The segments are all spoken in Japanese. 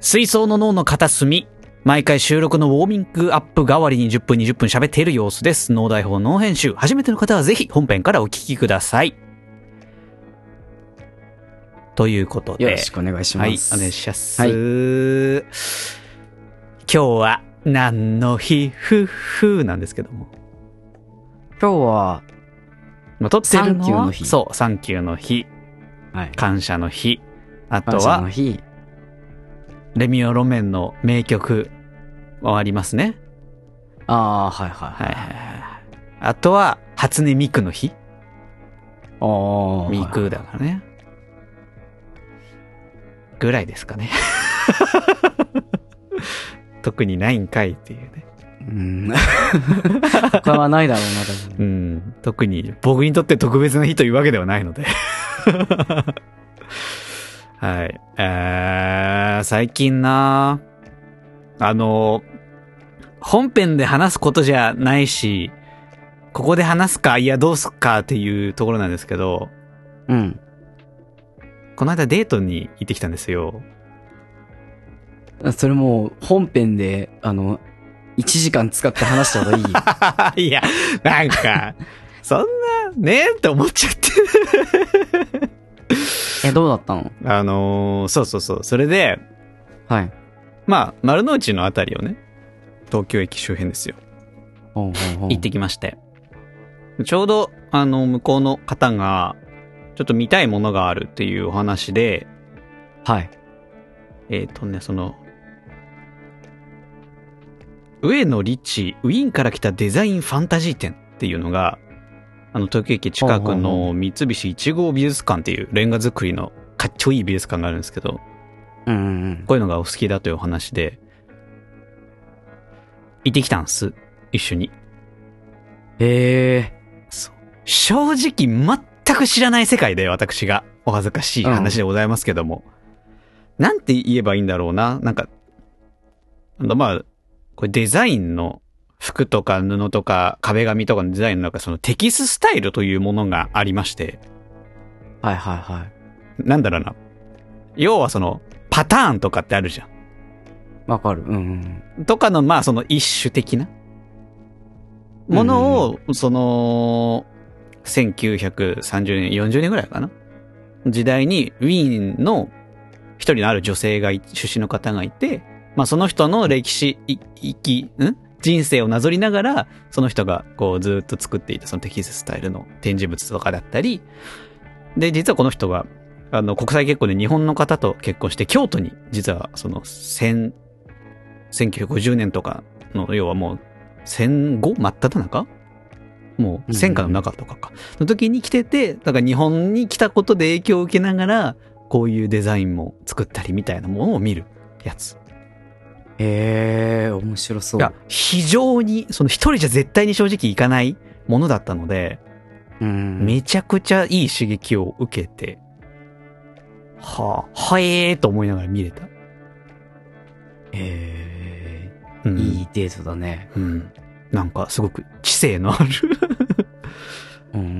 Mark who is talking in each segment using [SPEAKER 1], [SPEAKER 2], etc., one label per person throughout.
[SPEAKER 1] 水槽の脳の片隅。毎回収録のウォーミングアップ代わりに10分20分喋っている様子です。脳台本、脳編集。初めての方はぜひ本編からお聞きください。ということで。
[SPEAKER 2] よろしくお願いします。
[SPEAKER 1] はい、お願いします。はい、今日は何の日、ふっふなんですけども。
[SPEAKER 2] 今日は、
[SPEAKER 1] まあ、撮ってるのは、の日そう、産休の日。はい、感謝の日。あとは、レミオロメンの名曲もありますね。
[SPEAKER 2] ああ、はいはい
[SPEAKER 1] はい。あとは、初音ミクの日。
[SPEAKER 2] ああ。
[SPEAKER 1] ミクだからね。ぐらいですかね。 特にないんかいっていうね。
[SPEAKER 2] うん。 他はないだろうな、多
[SPEAKER 1] 分。うん。特に、僕にとって特別な日というわけではないので。 はい。えー、最近なあの、本編で話すことじゃないし、ここで話すか、いや、どうすっかっていうところなんですけど、
[SPEAKER 2] うん。
[SPEAKER 1] この間デートに行ってきたんですよ。
[SPEAKER 2] それも本編で、あの、1時間使って話した方
[SPEAKER 1] が いい。いや、なんか、 そんな、ねえって思っちゃって
[SPEAKER 2] る え、どうだったの
[SPEAKER 1] あのー、そうそうそう。それで、
[SPEAKER 2] はい。
[SPEAKER 1] まあ、丸の内のあたりをね、東京駅周辺ですよ。
[SPEAKER 2] ほんほんほん
[SPEAKER 1] 行ってきまして。ちょうど、あの、向こうの方が、ちょっと見たいものがあるっていうお話で、
[SPEAKER 2] はい。
[SPEAKER 1] えっ、ー、とね、その、上野リッチ、ウィーンから来たデザインファンタジー展っていうのが、あの、東京駅近くの三菱一号美術館っていうレンガ作りのかっちょいい美術館があるんですけど、
[SPEAKER 2] うんうんうん、
[SPEAKER 1] こういうのがお好きだというお話で、行ってきたんす。一緒に。
[SPEAKER 2] へえ。
[SPEAKER 1] そう。正直全く知らない世界で私が。お恥ずかしい話でございますけども。うん、なんて言えばいいんだろうな。なんか、あの、まあ、これデザインの服とか布とか壁紙とかのデザインの中、そのテキススタイルというものがありまして。
[SPEAKER 2] はいはいはい。
[SPEAKER 1] なんだろうな。要はその、パターンとかってあるじゃん。
[SPEAKER 2] わかる。うん、
[SPEAKER 1] うん。とかの、まあその一種的なものを、うん、その、1930年、40年ぐらいかな時代にウィーンの一人のある女性が、出身の方がいて、まあその人の歴史、い、生き、ん人生をなぞりながら、その人がこうずっと作っていたそのテキススタイルの展示物とかだったり、で、実はこの人が、あの、国際結婚で日本の方と結婚して、京都に、実はその、千、1950年とかの、要はもう、戦後真っ只中もう、戦火の中とかか。の時に来てて、だから日本に来たことで影響を受けながら、こういうデザインも作ったりみたいなものを見るやつ。
[SPEAKER 2] へえ、面白そう。いや、
[SPEAKER 1] 非常に、その一人じゃ絶対に正直いかないものだったので、
[SPEAKER 2] うん、
[SPEAKER 1] めちゃくちゃいい刺激を受けて、はあ、はえーと思いながら見れた。へ
[SPEAKER 2] え、うん、いいデートだね。
[SPEAKER 1] うん。なんかすごく知性のある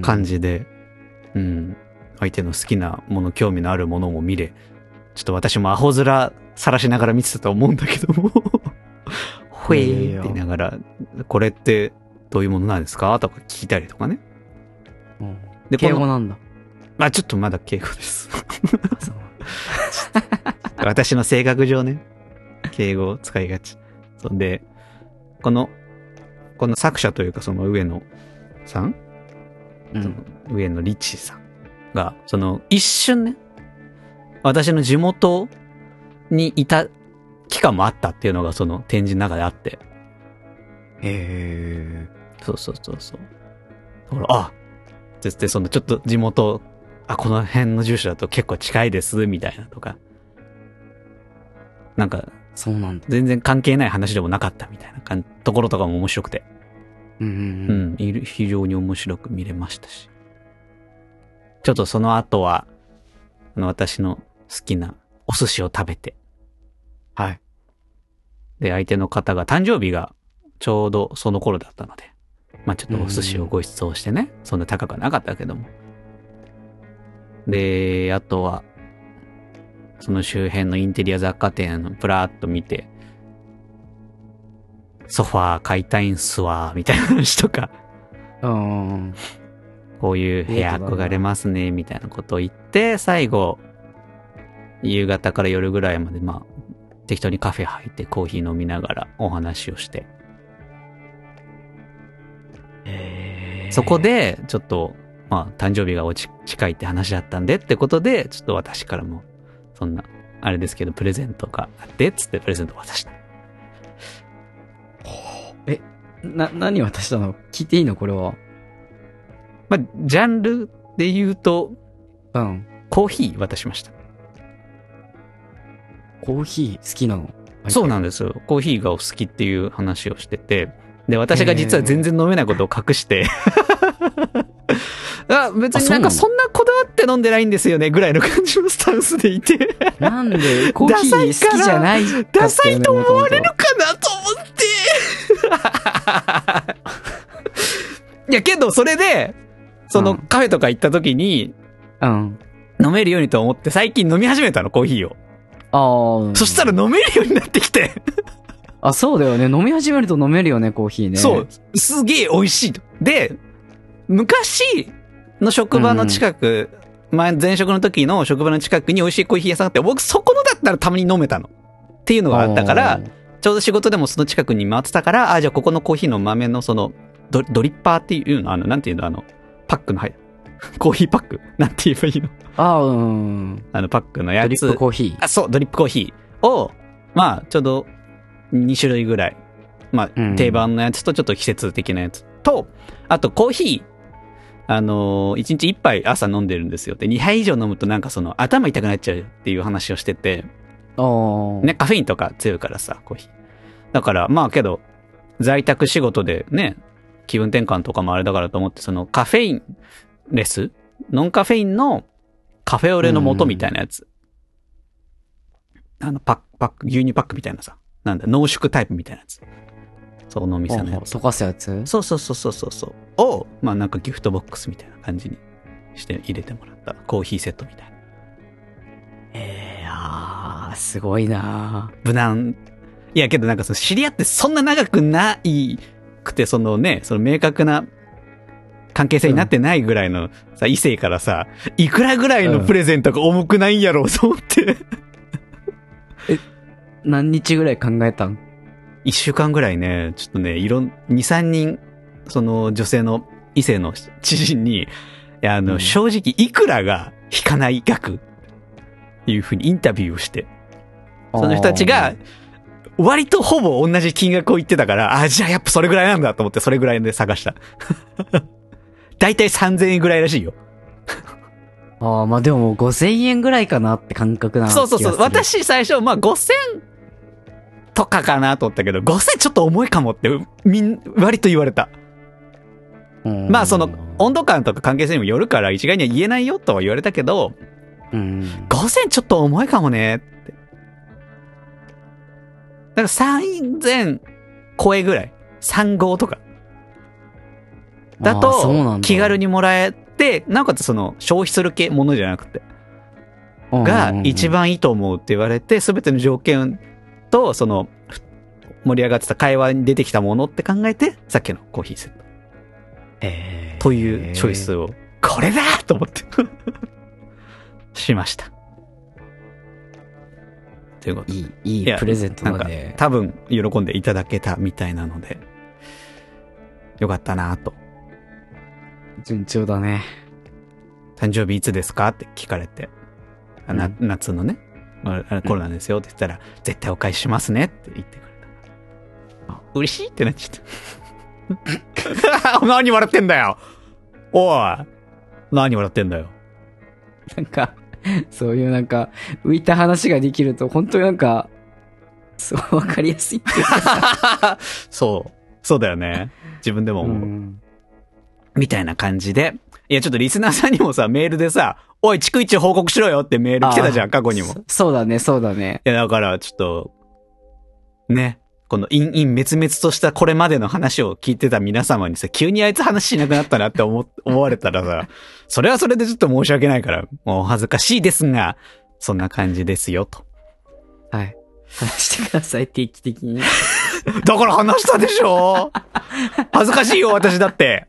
[SPEAKER 1] 感じで、うん、うん。相手の好きなもの、興味のあるものも見れ、ちょっと私もアホ面さらしながら見てたと思うんだけど もほえーって言いながら、これってどういうものなんですかとか聞いたりとかね。
[SPEAKER 2] うん、で、敬語 なんだ。
[SPEAKER 1] まあ、ちょっとまだ敬語です私の性格上ね、敬語を使いがち。そんで、この、この作者というかその上野さん、
[SPEAKER 2] うん、
[SPEAKER 1] 上野リッチさんが、その一瞬ね、私の地元にいた期間もあったっていうのがその展示の中であって。
[SPEAKER 2] へ
[SPEAKER 1] え。そうそうそうそう。だから、あつってそのちょっと地元、あ、この辺の住所だと結構近いです、みたいなとか。なんか、
[SPEAKER 2] そうなんだ。
[SPEAKER 1] 全然関係ない話でもなかったみたいなところとかも面白くて。、
[SPEAKER 2] うんうん、うん
[SPEAKER 1] 非常に面白く見れましたし。ちょっとその後は、あの、私の好きなお寿司を食べて。
[SPEAKER 2] はい。
[SPEAKER 1] で、相手の方が誕生日がちょうどその頃だったので、まあちょっとお寿司をご馳走してね、そんな高くはなかったけども。で、あとは、その周辺のインテリア雑貨店をプラーっと見て、ソファー買いたいんすわ、みたいな話とか、
[SPEAKER 2] うん。
[SPEAKER 1] こういう部屋憧れますね、みたいなことを言って、最後、夕方から夜ぐらいまで、まあ、適当にカフェ入ってコーヒー飲みながらお話をして、そこで、ちょっと、まあ、誕生日がおち近いって話だったんでってことで、ちょっと私からも、そんな、あれですけど、プレゼントがあって、つってプレゼント渡した。
[SPEAKER 2] な、何渡したの聞いていいのこれは。
[SPEAKER 1] まあ、ジャンルで言うと、
[SPEAKER 2] うん。
[SPEAKER 1] コーヒー渡しました。
[SPEAKER 2] コーヒー好きなの
[SPEAKER 1] そうなんんですよ。コーヒーがお好きっていう話をしてて、で、私が実は全然飲めないことを隠して、 あ別になんか
[SPEAKER 2] あそ
[SPEAKER 1] そんなこだわって飲んでないんですよねぐらいの感じのスタンスでいて。
[SPEAKER 2] なん で、コーヒ
[SPEAKER 1] ダサい
[SPEAKER 2] ー
[SPEAKER 1] か
[SPEAKER 2] 好
[SPEAKER 1] ら
[SPEAKER 2] きじゃないかったよね
[SPEAKER 1] ダサいと思われる
[SPEAKER 2] 元
[SPEAKER 1] かなと思って。 いや、けど、それで、そうの
[SPEAKER 2] ん
[SPEAKER 1] カフェとか行った時に、
[SPEAKER 2] 々うん。
[SPEAKER 1] 飲めるようにと思って最近飲み始めたの、コーヒーを。
[SPEAKER 2] ああ。
[SPEAKER 1] そしたら飲めるようになってきて、
[SPEAKER 2] あ、そうだよね。飲み始めると飲めるよね、コーヒーね。
[SPEAKER 1] そう。、すげえ美味しいと。で、昔の職場の近く、前、前職の時の職場の近くに美味しいコーヒー屋さんがあって、僕そこのだったらたまに飲めたの。っていうのがあったから、、ちょうど仕事でもその近くに回ってたから、あ、じゃあここのコーヒーの豆のその、ドドリッパーっていうの、あの、なんていうの、あの、パックの、はい、 コーヒーパックなんて言えばいいの
[SPEAKER 2] ああ、うん。
[SPEAKER 1] あの、パックのや
[SPEAKER 2] ド
[SPEAKER 1] つ。
[SPEAKER 2] リップコーヒー。
[SPEAKER 1] あ、そう、ドリップコーヒーを、まあ、ちょうど2種類ぐらい。ま
[SPEAKER 2] うん
[SPEAKER 1] あ、定番のやつとちょっと季節的なやつと、あとコーヒー。あのー、1日1杯朝飲んでるんですよ。で、2杯以上飲むとなんかその頭痛くなっちゃうっていう話をしてて。
[SPEAKER 2] ああ。
[SPEAKER 1] ね、カフェインとか強いからさ、コーヒー。だから、まあけど、在宅仕事でね、気分転換とかもあれだからと思って、そのカフェインレスノンカフェインのカフェオレの素みたいなやつ。あの、パック、パック、牛乳パックみたいなさ。なんだ、濃縮タイプみたいなやつ。そう、お店のやつ。
[SPEAKER 2] 溶かすやつ
[SPEAKER 1] そうそうそうそうそうそう。を、まあなんかギフトボックスみたいな感じにして入れてもらったコーヒーセットみたいな。
[SPEAKER 2] ええああ、すごいな
[SPEAKER 1] 無難。いや、けどなんかその知り合ってそんな長くないくて、そのね、その明確な関係性になってないぐらいのさ、異性からさ、いくらぐらいのプレゼントが重くないんやろうと思って。
[SPEAKER 2] 何日ぐらい考えたん
[SPEAKER 1] 一週間ぐらいね、ちょっとね、いろん、二三人、その女性の異性の知人に、いや、あの、
[SPEAKER 2] うん
[SPEAKER 1] 正直いくらが引かない額、いうふうにインタビューをして、その人たちが、割とほぼ同じ金額を言ってたから、あ、じゃあやっぱそれぐらいなんだと思って、それぐらいで探した。 だいたい3000円ぐらいらしいよ。
[SPEAKER 2] あーあー、まあでも5000円ぐらいかなって感覚な
[SPEAKER 1] そうそうそう。
[SPEAKER 2] 気がする
[SPEAKER 1] 私最初、まあ5000とかかなと思ったけど、5000ちょっと重いかもって、みん、割と言われた。
[SPEAKER 2] うん
[SPEAKER 1] まあその、温度感とか関係性にもよるから、一概には言えないよとは言われたけど、
[SPEAKER 2] うん。
[SPEAKER 1] 5000ちょっと重いかもねって。だから3000超えぐらい。35とか。だ
[SPEAKER 2] あーそうな
[SPEAKER 1] と
[SPEAKER 2] んだ
[SPEAKER 1] 気軽にもらえて、なおかつその消費する系ものじゃなくて、が一。番いいと思うって言われて、すべての条件と、その、ふ盛り上がってた会話に出てきたものって考えて、さっきのコーヒーセット
[SPEAKER 2] ええ
[SPEAKER 1] というチョイスを、これだと思って、 しました。ということで
[SPEAKER 2] いい、い
[SPEAKER 1] い
[SPEAKER 2] い
[SPEAKER 1] や
[SPEAKER 2] プレゼント
[SPEAKER 1] なん
[SPEAKER 2] だ
[SPEAKER 1] か
[SPEAKER 2] ね。
[SPEAKER 1] 多分喜んでいただけたみたいなので、よかったなと。
[SPEAKER 2] 順調だね。
[SPEAKER 1] 誕生日いつですかって聞かれて、あな
[SPEAKER 2] うん
[SPEAKER 1] 夏のね、ああコロナですよって言ったら、絶対お返ししますねって言ってくれた。あ嬉しいってなっちゃった。 何笑ってんだよおい何笑ってんだよ
[SPEAKER 2] なんか、そういうなんか、浮いた話ができると、本当になんか、そう、わかりやすいっていうか。
[SPEAKER 1] そう。そうだよね。自分でも
[SPEAKER 2] う
[SPEAKER 1] 思う。
[SPEAKER 2] ん
[SPEAKER 1] みたいな感じで。いや、ちょっとリスナーさんにもさ、メールでさ、おい、逐一報告しろよってメール来てたじゃん、過去にも。
[SPEAKER 2] そそうだね、そうだね。
[SPEAKER 1] いや、だから、ちょっと、ね、この陰陰滅滅としたこれまでの話を聞いてた皆様にさ、急にあいつ話しなくなったな って思、思われたらさ、それはそれでちょっと申し訳ないから、もうお恥ずかしいですが、そんな感じですよ、と。
[SPEAKER 2] はい。話してください、定期的に。
[SPEAKER 1] だから話したでしょ恥ずかしいよ、私だって。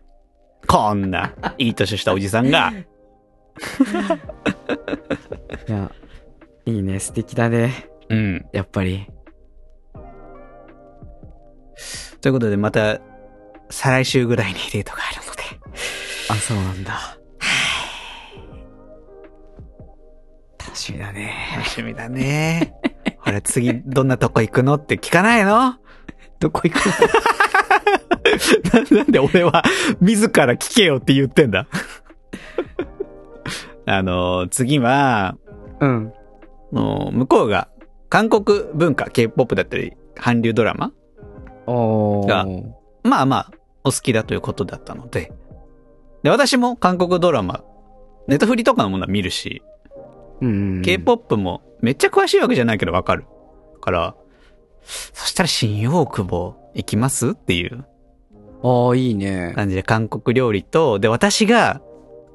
[SPEAKER 1] こんな、いい年したおじさんが。
[SPEAKER 2] いや、いいね、素敵だね。
[SPEAKER 1] うん。
[SPEAKER 2] やっぱり。
[SPEAKER 1] ということで、また、再来週ぐらいにデートがあるので。
[SPEAKER 2] あ、そうなんだ。楽しみだね。
[SPEAKER 1] 楽しみだね。ほら、次、どんなとこ行くのって聞かないの
[SPEAKER 2] どこ行くの
[SPEAKER 1] ななんで俺は、自ら聞けよって言ってんだ。 あの、次は、
[SPEAKER 2] うん。
[SPEAKER 1] あの向こうが、韓国文化、K-POP だったり、韓流ドラマ
[SPEAKER 2] お
[SPEAKER 1] が
[SPEAKER 2] ー。
[SPEAKER 1] まあまあ、お好きだということだったので。で、私も韓国ドラマ、ネタフリとかのものは見るし、
[SPEAKER 2] うん。
[SPEAKER 1] K-POP もめっちゃ詳しいわけじゃないけどわかる。から、そしたら新大久保行きますっていう
[SPEAKER 2] ああ、いいね。
[SPEAKER 1] 感じで韓国料理と、で、私が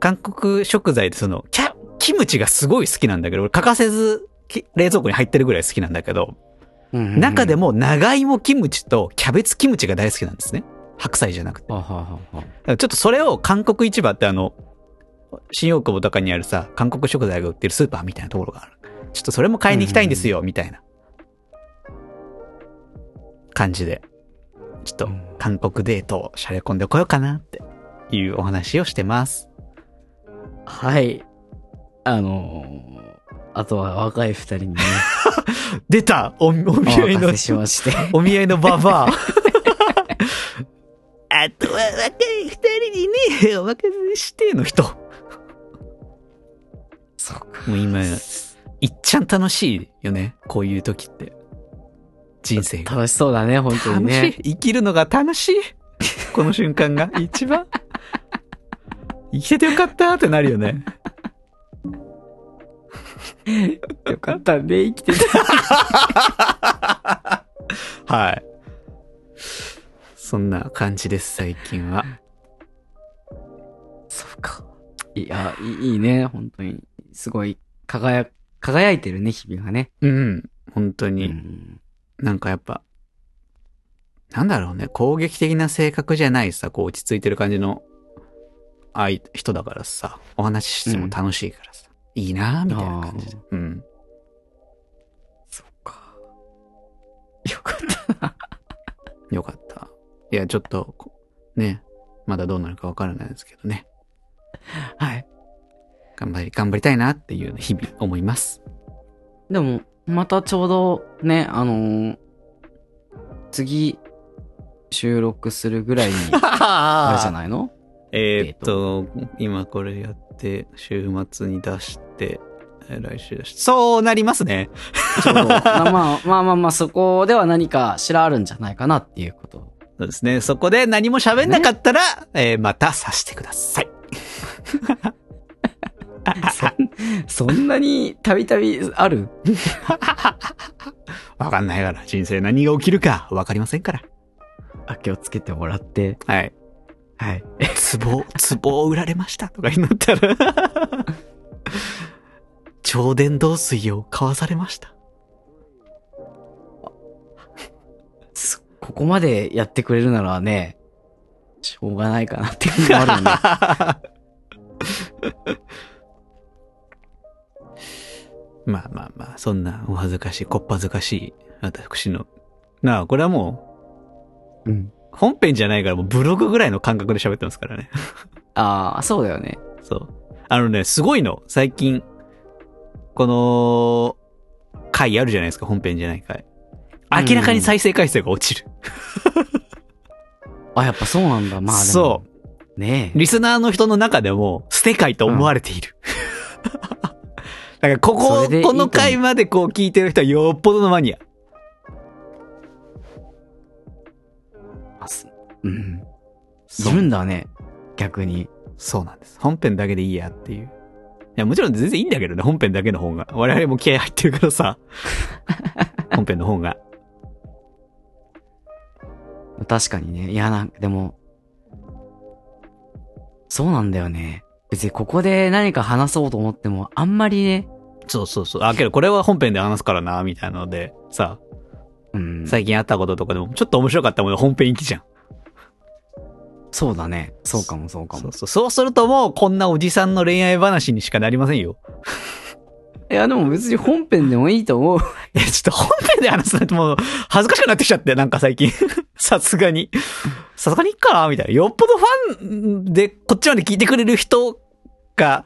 [SPEAKER 1] 韓国食材でその、キャ、キムチがすごい好きなんだけど、俺欠かせず、き冷蔵庫に入ってるぐらい好きなんだけど、中で
[SPEAKER 2] も。
[SPEAKER 1] も長芋キムチとキャベツキムチが大好きなんですね。白菜じゃなくて。
[SPEAKER 2] はははは。
[SPEAKER 1] ちょっとそれを韓国市場ってあの、新大久保とかにあるさ、韓国食材が売ってるスーパーみたいなところがある。ちょっとそれも買いに行きたいんですよ、みたいな。感じで。ちょっと
[SPEAKER 2] うん、
[SPEAKER 1] 韓国デートをしゃれ込んでこようかなっていうお話をしてます。
[SPEAKER 2] はい。あのー、あとは若い二人 にね、
[SPEAKER 1] 出たお、お見
[SPEAKER 2] お
[SPEAKER 1] 合い
[SPEAKER 2] 任
[SPEAKER 1] の
[SPEAKER 2] せしまして。
[SPEAKER 1] お見合いのババア。 あとは若い二人にね、お任せしての人。
[SPEAKER 2] そうか。
[SPEAKER 1] もう今、いっちゃん楽しいよね。こういう時って。人生が。
[SPEAKER 2] 楽しそうだね、本当に
[SPEAKER 1] 楽し
[SPEAKER 2] ね。
[SPEAKER 1] い。生きるのが楽しい。この瞬間 が一番。生きててよかったってなるよね。
[SPEAKER 2] よかったね、生きてた。
[SPEAKER 1] はい。そんな感じです、最近は。
[SPEAKER 2] そうか。いや、いいいいね、本当に。すごい、輝、輝いてるね、日々がね。
[SPEAKER 1] うん。本当
[SPEAKER 2] う
[SPEAKER 1] に。
[SPEAKER 2] ん。
[SPEAKER 1] なんかやっぱ、なんだろうね、攻撃的な性格じゃないさ、こう落ち着いてる感じの、あい、人だからさ、お話ししても楽しいからさ、いいなぁ、みたいな感じで
[SPEAKER 2] あ。
[SPEAKER 1] うん。
[SPEAKER 2] そうか。よかったな。
[SPEAKER 1] よかった。いや、ちょっと、こね、まだどうなるかわからないですけどね。
[SPEAKER 2] はい。
[SPEAKER 1] 頑張り、頑張りたいなっていう日々思い ます。
[SPEAKER 2] でも、またちょうどね、あのー次、収録するぐらいに、あれじゃないの
[SPEAKER 1] えーっと、今これやって、週末に出して、えー来週出して、そうなりますね。
[SPEAKER 2] ちょうど。まあまあまあまあまあ、そこでは何かしらあるんじゃないかなっていうこと。
[SPEAKER 1] そうですね。そこで何も喋んなかったら、えーまたさしてください。
[SPEAKER 2] そんなにたびたびある
[SPEAKER 1] わかんないから、人生何が起きるかわかりませんから。
[SPEAKER 2] あ、気をつけてもらって。
[SPEAKER 1] はい。
[SPEAKER 2] はい。
[SPEAKER 1] ツボ、 ツボを売られましたとかになったら。超伝導水を買わされました。
[SPEAKER 2] すここまでやってくれるならね、しょうがないかなっていうのもあるよね。
[SPEAKER 1] まあまあまあ、そんなお恥ずかしい、こっぱずかしい、私の。なあ、これはも
[SPEAKER 2] うん。
[SPEAKER 1] う、本編じゃないから、もうブログぐらいの感覚で喋ってますからね。
[SPEAKER 2] ああ、そうだよね。
[SPEAKER 1] そう。あのね、すごいの。最近、この、回あるじゃないですか、本編じゃない回。明らかに再生回数が落ちる。
[SPEAKER 2] あ、やっぱそうなんだ。まあでも。。
[SPEAKER 1] そう
[SPEAKER 2] ねえ。
[SPEAKER 1] リスナーの人の中でも、捨て回と思われている。だから、こ
[SPEAKER 2] そ
[SPEAKER 1] こ
[SPEAKER 2] れでいいと
[SPEAKER 1] こ
[SPEAKER 2] 思う
[SPEAKER 1] の回までこう聞いてる人はよっぽどのマニア。
[SPEAKER 2] あすうん。
[SPEAKER 1] そ
[SPEAKER 2] いる
[SPEAKER 1] うん
[SPEAKER 2] だね。逆に。
[SPEAKER 1] そうなんです。本編だけでいいやっていう。いや、もちろん全然いいんだけどね、本編だけの方が。我々も気合入ってるから さ。本編の方が。
[SPEAKER 2] 確かにね。いや、なんかでも、そうなんだよね。別にここで何か話そうと思っても、あんまりね、
[SPEAKER 1] そうそうそう。あ、けどこれは本編で話すからな、みたいなので、さ、
[SPEAKER 2] うん。
[SPEAKER 1] 最近あったこととかでも、ちょっと面白かったもの本編行きじゃん。
[SPEAKER 2] そうだね。そうかもそうか
[SPEAKER 1] そ
[SPEAKER 2] も
[SPEAKER 1] う。そう。そうするともう、こんなおじさんの恋愛話にしかなりませんよ。
[SPEAKER 2] いや、でも別に本編でもいいと思う。
[SPEAKER 1] いや、ちょっと本編で話すなんてもう、恥ずかしくなってきちゃって、なんか最近。 さすがに。さすがにいっかなみたいな。よっぽどファンで、こっちまで聞いてくれる人が、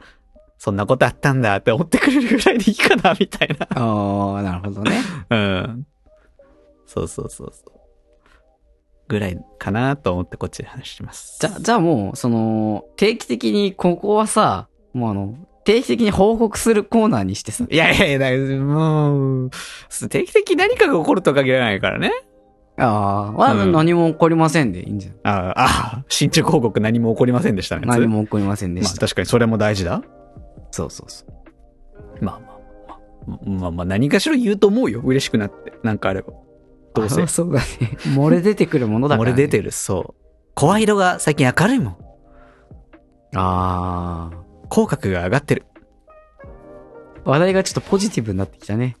[SPEAKER 1] そんなことあったんだって思ってくれるぐらいでいいかなみたいな。
[SPEAKER 2] ああ、なるほどね。
[SPEAKER 1] うん。そうそうそうそう。ぐらいかなと思ってこっちで話してます。
[SPEAKER 2] じゃ、じゃあもう、その、定期的に、ここはさ、もうあの、定期的に報告するコーナーにしてさ。
[SPEAKER 1] いやいやいやだから、もう、定期的に何かが起こるとは限らないからね。
[SPEAKER 2] ああ、まあ
[SPEAKER 1] うん
[SPEAKER 2] 何も起こりませんでいいんじゃん。
[SPEAKER 1] ああ、進捗報告何も起こりませんでしたね。
[SPEAKER 2] 何も起こりませんで
[SPEAKER 1] まあ
[SPEAKER 2] した。
[SPEAKER 1] 確かにそれも大事だ。
[SPEAKER 2] そうそうそう。
[SPEAKER 1] まあまあまあ。まあまあ何かしら言うと思うよ。嬉しくなって。なんかあれば。どうせ
[SPEAKER 2] あ。そうだね。 漏れ出てくるものだか
[SPEAKER 1] 漏
[SPEAKER 2] ら、ね。
[SPEAKER 1] れ出てる、そう。声色が最近明るいもん。
[SPEAKER 2] あ
[SPEAKER 1] 口角が上がってる。
[SPEAKER 2] あ。話題がちょっとポジティブになってきたね。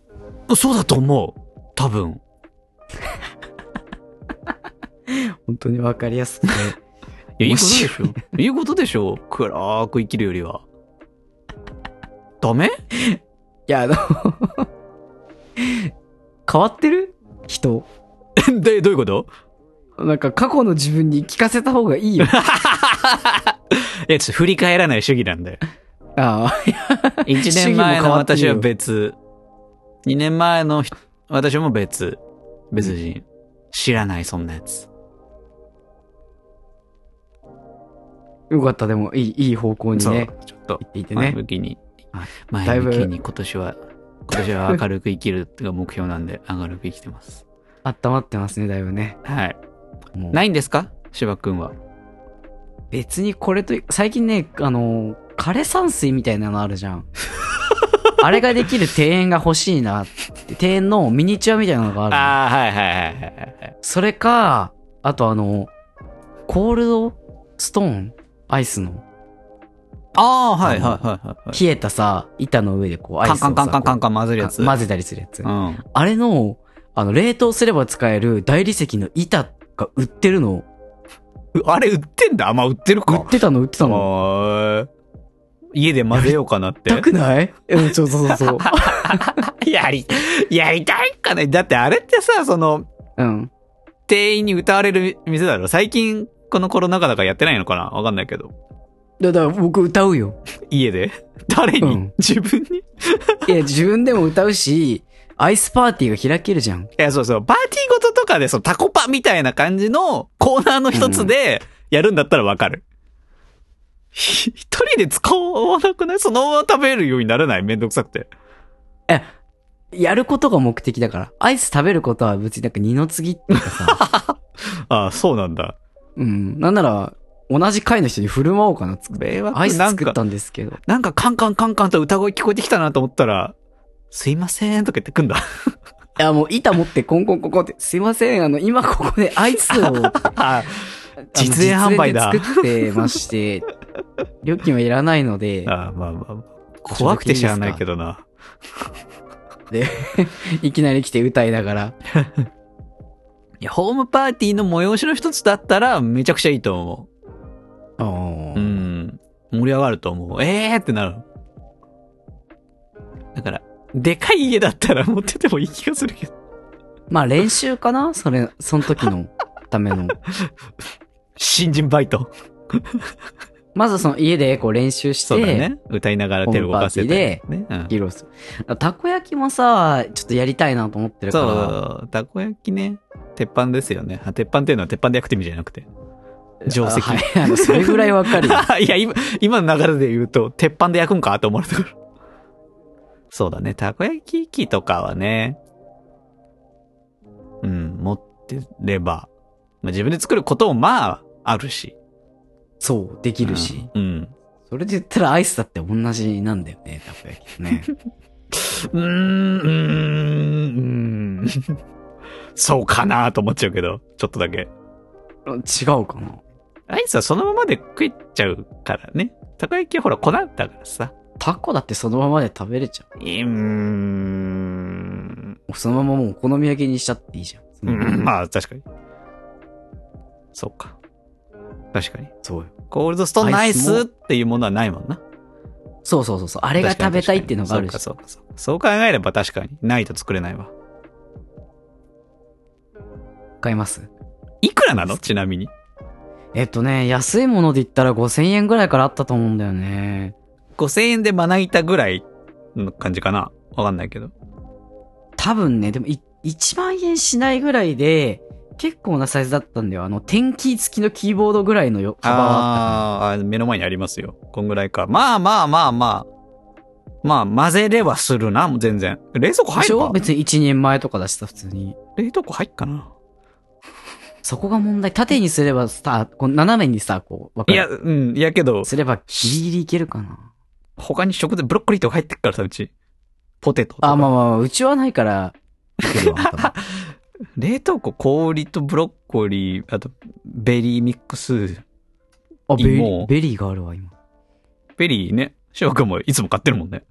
[SPEAKER 1] そうだと思う。多分。
[SPEAKER 2] 本当にわかりやすくて。
[SPEAKER 1] いや、いい
[SPEAKER 2] 面
[SPEAKER 1] ことで し
[SPEAKER 2] 白い
[SPEAKER 1] ょ。いいことでしょ。暗く生きるよりは。ダメ
[SPEAKER 2] いや、あの変わってる人。
[SPEAKER 1] で、どういうこと
[SPEAKER 2] なんか過去の自分に聞かせた方がい いよ。あ
[SPEAKER 1] いや、ちょっと振り返らない主義 なんだよ。
[SPEAKER 2] あ。
[SPEAKER 1] 1年前の私は別。2年前のひ私も別。別人。知らない、そんなやつ。
[SPEAKER 2] よかった、でも、いい、いい方向に
[SPEAKER 1] そう
[SPEAKER 2] ね、。
[SPEAKER 1] ちょっと。
[SPEAKER 2] 行っていて
[SPEAKER 1] 前
[SPEAKER 2] ね。
[SPEAKER 1] 向きに
[SPEAKER 2] はい。だ
[SPEAKER 1] 前
[SPEAKER 2] いぶ
[SPEAKER 1] 向きに今年は、今年は明るく生きるが目標なんで、明るく生きてます。
[SPEAKER 2] 温まってますね、だいぶね。
[SPEAKER 1] はい。
[SPEAKER 2] もう
[SPEAKER 1] ないんですか芝くんは。
[SPEAKER 2] 別にこれとい、最近ね、あの、枯山水みたいなのあるじゃ ん。あれができる庭園が欲しいなって、庭園のミニチュアみたいなのがあるの。
[SPEAKER 1] あー、はいはいはいはいはい。
[SPEAKER 2] それか、あとあの、コールドストーンアイスの、
[SPEAKER 1] あー、は
[SPEAKER 2] はいい
[SPEAKER 1] は
[SPEAKER 2] はい
[SPEAKER 1] はいはい。
[SPEAKER 2] 冷えたさ、板の上でこう、アイス
[SPEAKER 1] カ
[SPEAKER 2] を
[SPEAKER 1] ンカ
[SPEAKER 2] さ
[SPEAKER 1] ンカンカンカンカン混ぜるや
[SPEAKER 2] こ
[SPEAKER 1] つ。
[SPEAKER 2] う混ぜたりするやつ
[SPEAKER 1] う。ん。
[SPEAKER 2] あれの、あの、冷凍すれば使える大理石の板が売ってるの。
[SPEAKER 1] あれ売ってんだあ、まあ売ってる
[SPEAKER 2] 売ってたの売ってたの
[SPEAKER 1] あー家で混ぜようかなって
[SPEAKER 2] 痛。くないうん、そうそうそうそう。
[SPEAKER 1] やり、やりたいかねだってあれってさ、その、
[SPEAKER 2] うん。
[SPEAKER 1] 店員に歌われる店だろ最近、このコロナ禍だからやってないのかなわかんないけど。
[SPEAKER 2] だから僕歌 うよ。
[SPEAKER 1] 家で誰に、
[SPEAKER 2] うん
[SPEAKER 1] 自分にい
[SPEAKER 2] いや、自分でも歌うし、アイスパーティーが開けるじゃん。
[SPEAKER 1] や、そうそう。パーティーごととかで、そのタコパみたいな感じのコーナーの一つでやるんだったらわかる。ひ一人で使わなくないそのまま食べるようにならないめんどくさくて。
[SPEAKER 2] やることが目的だから。アイス食べることは別になんか二の次っていうかさ。
[SPEAKER 1] ああ、そうなんだ。
[SPEAKER 2] うん。なんなら、同じ会の人に振る舞おうかな。
[SPEAKER 1] 迷惑
[SPEAKER 2] アイス
[SPEAKER 1] なん
[SPEAKER 2] 作っ
[SPEAKER 1] か、
[SPEAKER 2] たんですけど。
[SPEAKER 1] なんかカンカンカンカンと歌声聞こえてきたなと思ったら、すいませんとか言ってくんだ。
[SPEAKER 2] いや、もう板持ってコンコンコンコンって、すいません、あの、今ここでアイスを
[SPEAKER 1] あ実演販売だ
[SPEAKER 2] あの実演で作ってまして、料金はいらないので、
[SPEAKER 1] あ、まあまあまあ。怖くて知らないけどな。
[SPEAKER 2] で、いきなり来て歌いながら。
[SPEAKER 1] いや、ホームパーティーの催しの一つだったら、めちゃくちゃいいと思う。うん。盛り上がると思う。ええーってなる。だから、でかい家だったら持っててもいい気がするけど。
[SPEAKER 2] まあ練習かなそれ、その時のための。
[SPEAKER 1] 新人バイト。
[SPEAKER 2] まずその家でこう練習し
[SPEAKER 1] そうだ
[SPEAKER 2] て、
[SPEAKER 1] ね。歌いながら手を動かせて。ね。うん
[SPEAKER 2] 披露する。たこ焼きもさ、ちょっとやりたいなと思ってるか
[SPEAKER 1] そ
[SPEAKER 2] ら。
[SPEAKER 1] う、たこ焼きね。鉄板ですよね。あ鉄板っていうのは鉄板で焼くって意味じゃなくて。 定石。
[SPEAKER 2] あはい、あの、それぐらいわかるよ。
[SPEAKER 1] いや、今、今の流れで言うと、鉄板で焼くんかって思われたから。そうだね、たこ焼き器とかはね、うん、持ってれば、まあ、自分で作ることもまあ、あるし。
[SPEAKER 2] そう、できるし。
[SPEAKER 1] うん。
[SPEAKER 2] それで言ったらアイスだって同じなんだよね、たこ焼き とね。
[SPEAKER 1] うーん、うーん、うーん。 そうかなと思っちゃうけど、ちょっとだけ。
[SPEAKER 2] 違うかな
[SPEAKER 1] アイスはそのままで食えちゃうからね。たこ焼きはほら粉だからさ。
[SPEAKER 2] タコだってそのままで食べれちゃう。
[SPEAKER 1] うーん。
[SPEAKER 2] そのままもうお好み焼きにしちゃっていいじゃん。
[SPEAKER 1] うん、まあ、確かに。そうか。確かに。
[SPEAKER 2] そうよ。
[SPEAKER 1] コールドストーンナ
[SPEAKER 2] ア
[SPEAKER 1] イ
[SPEAKER 2] イスも
[SPEAKER 1] スっていうものはないもんな。
[SPEAKER 2] そうそうそうそう。あれが食べたいっていうのがあるし。
[SPEAKER 1] そうか、そうか。そう考えれば確かに。ないと作れないわ。
[SPEAKER 2] 買います
[SPEAKER 1] いくらなのちなみに。
[SPEAKER 2] えっとね、安いもので言ったら5000円ぐらいからあったと思うんだよね。
[SPEAKER 1] 5000円でまな板ぐらいの感じかなわかんないけど。
[SPEAKER 2] 多分ね、でもい1万円しないぐらいで、結構なサイズだったんだよ。あの、天気付きのキーボードぐらいのよ幅はあった。
[SPEAKER 1] あーあー、目の前にありますよ。こんぐらいか。まあまあまあまあ。まあ、混ぜればするな、もう全然。冷蔵庫
[SPEAKER 2] で
[SPEAKER 1] 入
[SPEAKER 2] し
[SPEAKER 1] る
[SPEAKER 2] ょ
[SPEAKER 1] か
[SPEAKER 2] 別に1人前とか出した普通に。
[SPEAKER 1] 冷蔵庫入っかな
[SPEAKER 2] そこが問題。縦にすればさ、こう斜めにさ、こう、わか
[SPEAKER 1] い
[SPEAKER 2] る
[SPEAKER 1] や、うん、いやけど、
[SPEAKER 2] すればギリギリいけるかな。
[SPEAKER 1] 他に食材、ブロッコリーとか入ってっからさ、うち。ポテトとか。
[SPEAKER 2] あ、まあまあ、うちはないから、い けるわ多分
[SPEAKER 1] 冷凍庫、氷とブロッコリー、あと、ベリーミックス。
[SPEAKER 2] あ、ベリ
[SPEAKER 1] 芋
[SPEAKER 2] ー、ベリーがあるわ、今。
[SPEAKER 1] ベリーね。翔くんもいつも買ってるもんね。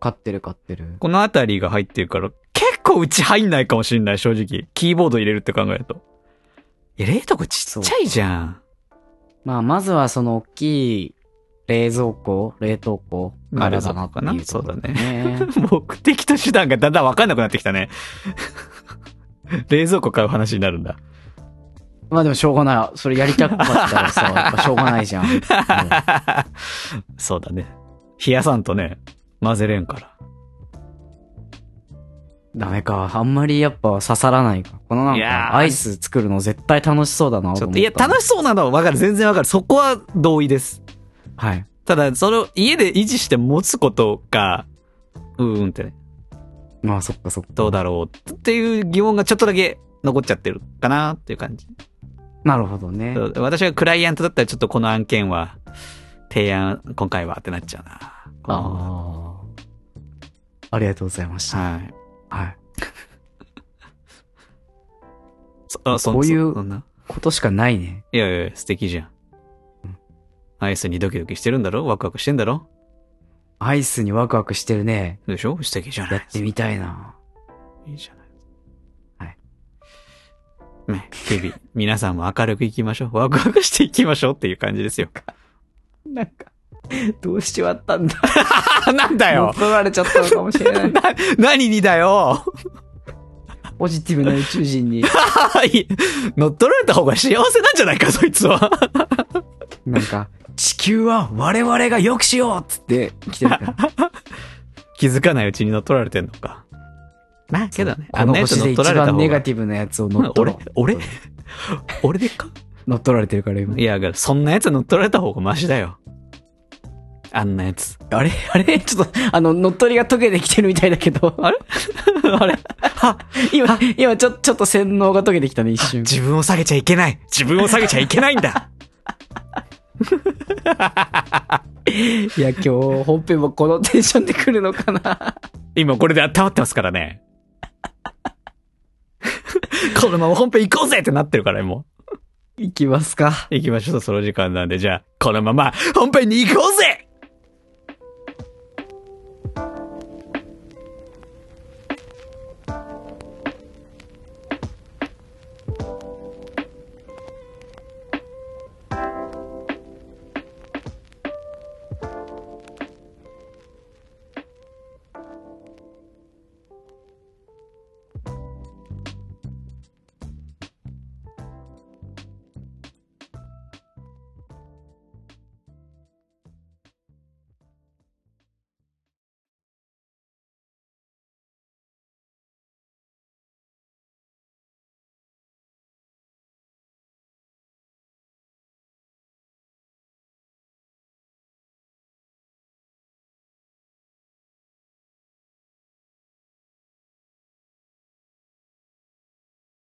[SPEAKER 2] 買ってる買ってる。
[SPEAKER 1] このあたりが入ってるから、結構うち入んないかもしんない、正直。キーボード入れるって考えると。いや、冷凍庫ちっちゃいじゃん。
[SPEAKER 2] まあ、まずはその大きい冷蔵庫、冷凍庫
[SPEAKER 1] まあ
[SPEAKER 2] からだなっていうところ、ね。
[SPEAKER 1] 目的と手段がだんだんわかんなくなってきたね。 冷蔵庫買う話になるんだ。
[SPEAKER 2] まあでもしょうがない。それやりたかったらさ、やっぱしょうがないじ ゃん。
[SPEAKER 1] そうだね。冷やさんとね、混ぜれんから。
[SPEAKER 2] ダメか。あんまりやっぱ刺さらないか。このなん
[SPEAKER 1] いやー
[SPEAKER 2] か、アイス作るの絶対楽しそうだな
[SPEAKER 1] ち
[SPEAKER 2] と
[SPEAKER 1] ょ
[SPEAKER 2] 思
[SPEAKER 1] っ
[SPEAKER 2] っ
[SPEAKER 1] と、
[SPEAKER 2] た。
[SPEAKER 1] いや、楽しそうなのはわかる。全然わかる。そこは同意です。
[SPEAKER 2] はい。
[SPEAKER 1] ただ、それを家で維持して持つことが、うーんってね、
[SPEAKER 2] まあそっかそっか。
[SPEAKER 1] どうだろうっていう疑問がちょっとだけ残っちゃってるかなっていう感じ。
[SPEAKER 2] なるほどね。
[SPEAKER 1] そう私がクライアントだったらちょっとこの案件は、提案、今回はってなっちゃうな。
[SPEAKER 2] ああ。ありがとうございました。
[SPEAKER 1] はい。
[SPEAKER 2] はい。
[SPEAKER 1] そあそ
[SPEAKER 2] こういう
[SPEAKER 1] そそんな
[SPEAKER 2] ことしかないね。
[SPEAKER 1] いやいやいや、素敵じゃん。アイスにドキドキしてるんだろワクワクしてんだろ
[SPEAKER 2] アイスにワクワクしてるね。
[SPEAKER 1] でしょ素敵じゃない
[SPEAKER 2] やってみたいな。
[SPEAKER 1] いいじゃない。
[SPEAKER 2] はい。
[SPEAKER 1] ね、日々、皆さんも明るくいきましょう。ワクワクしていきましょうっていう感じですよ。
[SPEAKER 2] なんか、 どうしちまったんだ。
[SPEAKER 1] あ、なんだよ
[SPEAKER 2] 取られちゃったのかもしれ ない。
[SPEAKER 1] な、何にだよ
[SPEAKER 2] ポジティブな宇宙人に、
[SPEAKER 1] いい乗っ取られた方が幸せなんじゃないか、そいつは。
[SPEAKER 2] なんか、地球は我々が良くしようっつって来てるから。
[SPEAKER 1] 気づかないうちに乗っ取られてんのか。まあ、けど ね、
[SPEAKER 2] この星で一番ネガティブなやつを乗っ取
[SPEAKER 1] 俺
[SPEAKER 2] ろ
[SPEAKER 1] 俺俺でっか
[SPEAKER 2] 乗っ取られてるから今
[SPEAKER 1] い。や、だからそんなやつ乗っ取られた方がマシだよ。あんなやつ。
[SPEAKER 2] あれあれちょっと、あの、乗っ取りが溶けてきてるみたいだけど。
[SPEAKER 1] あれあれ
[SPEAKER 2] 今、今ちょ、ちょっと洗脳が溶けてきたね、一瞬。
[SPEAKER 1] 自分を下げちゃいけない自分を下げちゃいけないんだ
[SPEAKER 2] いや、今日、本編もこのテンションで来るのかな。
[SPEAKER 1] 今これで温まってますからね。 このまま本編行こうぜってなってるから、も
[SPEAKER 2] いきますか。
[SPEAKER 1] う。行きましょう、そろそろ時間なんで。じゃあ、このまま本編に行こうぜ